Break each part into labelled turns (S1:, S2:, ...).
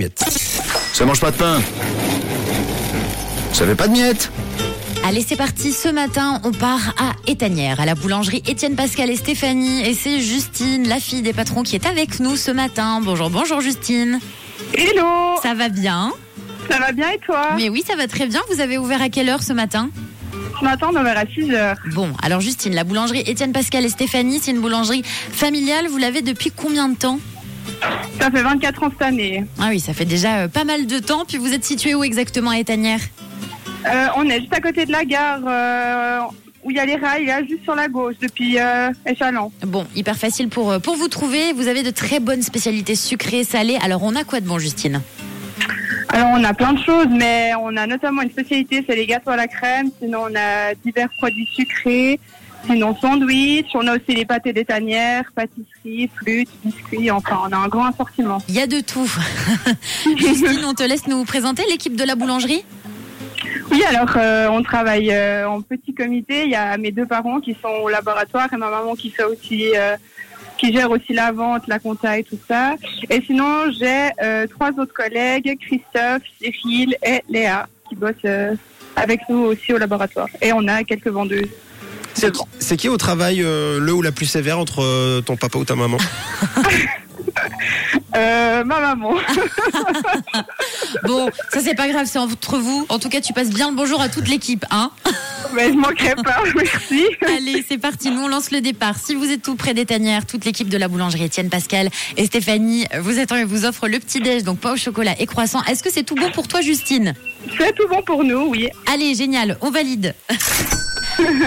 S1: miettes. Ça mange pas de pain. Ça fait pas de miettes.
S2: Allez, c'est parti. Ce matin, on part à Étanière, à la boulangerie Étienne Pascal et Stéphanie. Et c'est Justine, la fille des patrons, qui est avec nous ce matin. Bonjour, bonjour Justine.
S3: Hello,
S2: Ça va bien
S3: ça va bien et toi
S2: Mais oui, ça va très bien. Vous avez ouvert à quelle heure ce matin
S3: Ce matin, on ouvre à 6h.
S2: Bon, alors Justine, la boulangerie Étienne Pascal et Stéphanie, c'est une boulangerie familiale. Vous l'avez depuis combien de temps
S3: Ça fait 24 ans cette année.
S2: Ah oui, ça fait déjà euh, pas mal de temps. Puis vous êtes situé où exactement à Étanière
S3: Euh, on est juste à côté de la gare euh, où il y a les rails, là, juste sur la gauche, depuis euh, Échalon.
S2: Bon, hyper facile pour, euh, pour vous trouver. Vous avez de très bonnes spécialités sucrées, salées. Alors on a quoi de bon, Justine
S3: Alors, on a plein de choses, mais on a notamment une spécialité, c'est les gâteaux à la crème. Sinon, on a divers produits sucrés. Sinon, sandwich. On a aussi les pâtés des tanières, pâtisseries, flûtes, biscuits. Enfin, on a un grand assortiment.
S2: Il y a de tout. Justine, on te laisse nous présenter l'équipe de la boulangerie.
S3: Oui, alors euh, on travaille euh, en petit comité. Il y a mes deux parents qui sont au laboratoire et ma maman qui fait aussi, euh, qui gère aussi la vente, la compta et tout ça. Et sinon, j'ai euh, trois autres collègues, Christophe, Cyril et Léa, qui bossent euh, avec nous aussi au laboratoire. Et on a quelques vendeuses.
S1: C'est qui, c'est qui au travail euh, le ou la plus sévère entre euh, ton papa ou ta maman
S3: Euh, ma maman.
S2: Bon, ça c'est pas grave, c'est entre vous. En tout cas, tu passes bien le bonjour à toute l'équipe, hein
S3: Mais je manquerai pas. Merci.
S2: Allez, c'est parti, nous on lance le départ. Si vous êtes tout près des tanières, toute l'équipe de la boulangerie Étienne, Pascal et Stéphanie vous attend et vous offre le petit-déj, donc pas au chocolat et croissant. Est-ce que c'est tout bon pour toi, Justine
S3: C'est tout bon pour nous, oui.
S2: Allez, génial, on valide.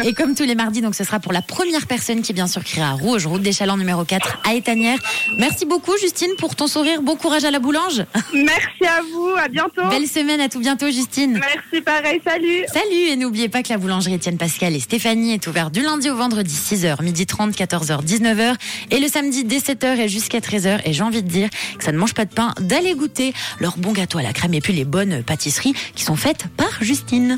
S2: Et comme tous les mardis, donc ce sera pour la première personne qui bien sûr criera rouge, route des Chalands numéro 4 à Étanière. Merci beaucoup Justine pour ton sourire, bon courage à la boulange.
S3: Merci à vous. À bientôt.
S2: Belle semaine, à tout bientôt Justine.
S3: Merci pareil. Salut.
S2: Salut et n'oubliez pas que la boulangerie Étienne Pascal et Stéphanie est ouverte du lundi au vendredi 6h, midi 30, 14h, 19h et le samedi dès 7h et jusqu'à 13h. Et j'ai envie de dire que ça ne mange pas de pain d'aller goûter leurs bons gâteaux à la crème et puis les bonnes pâtisseries qui sont faites par Justine.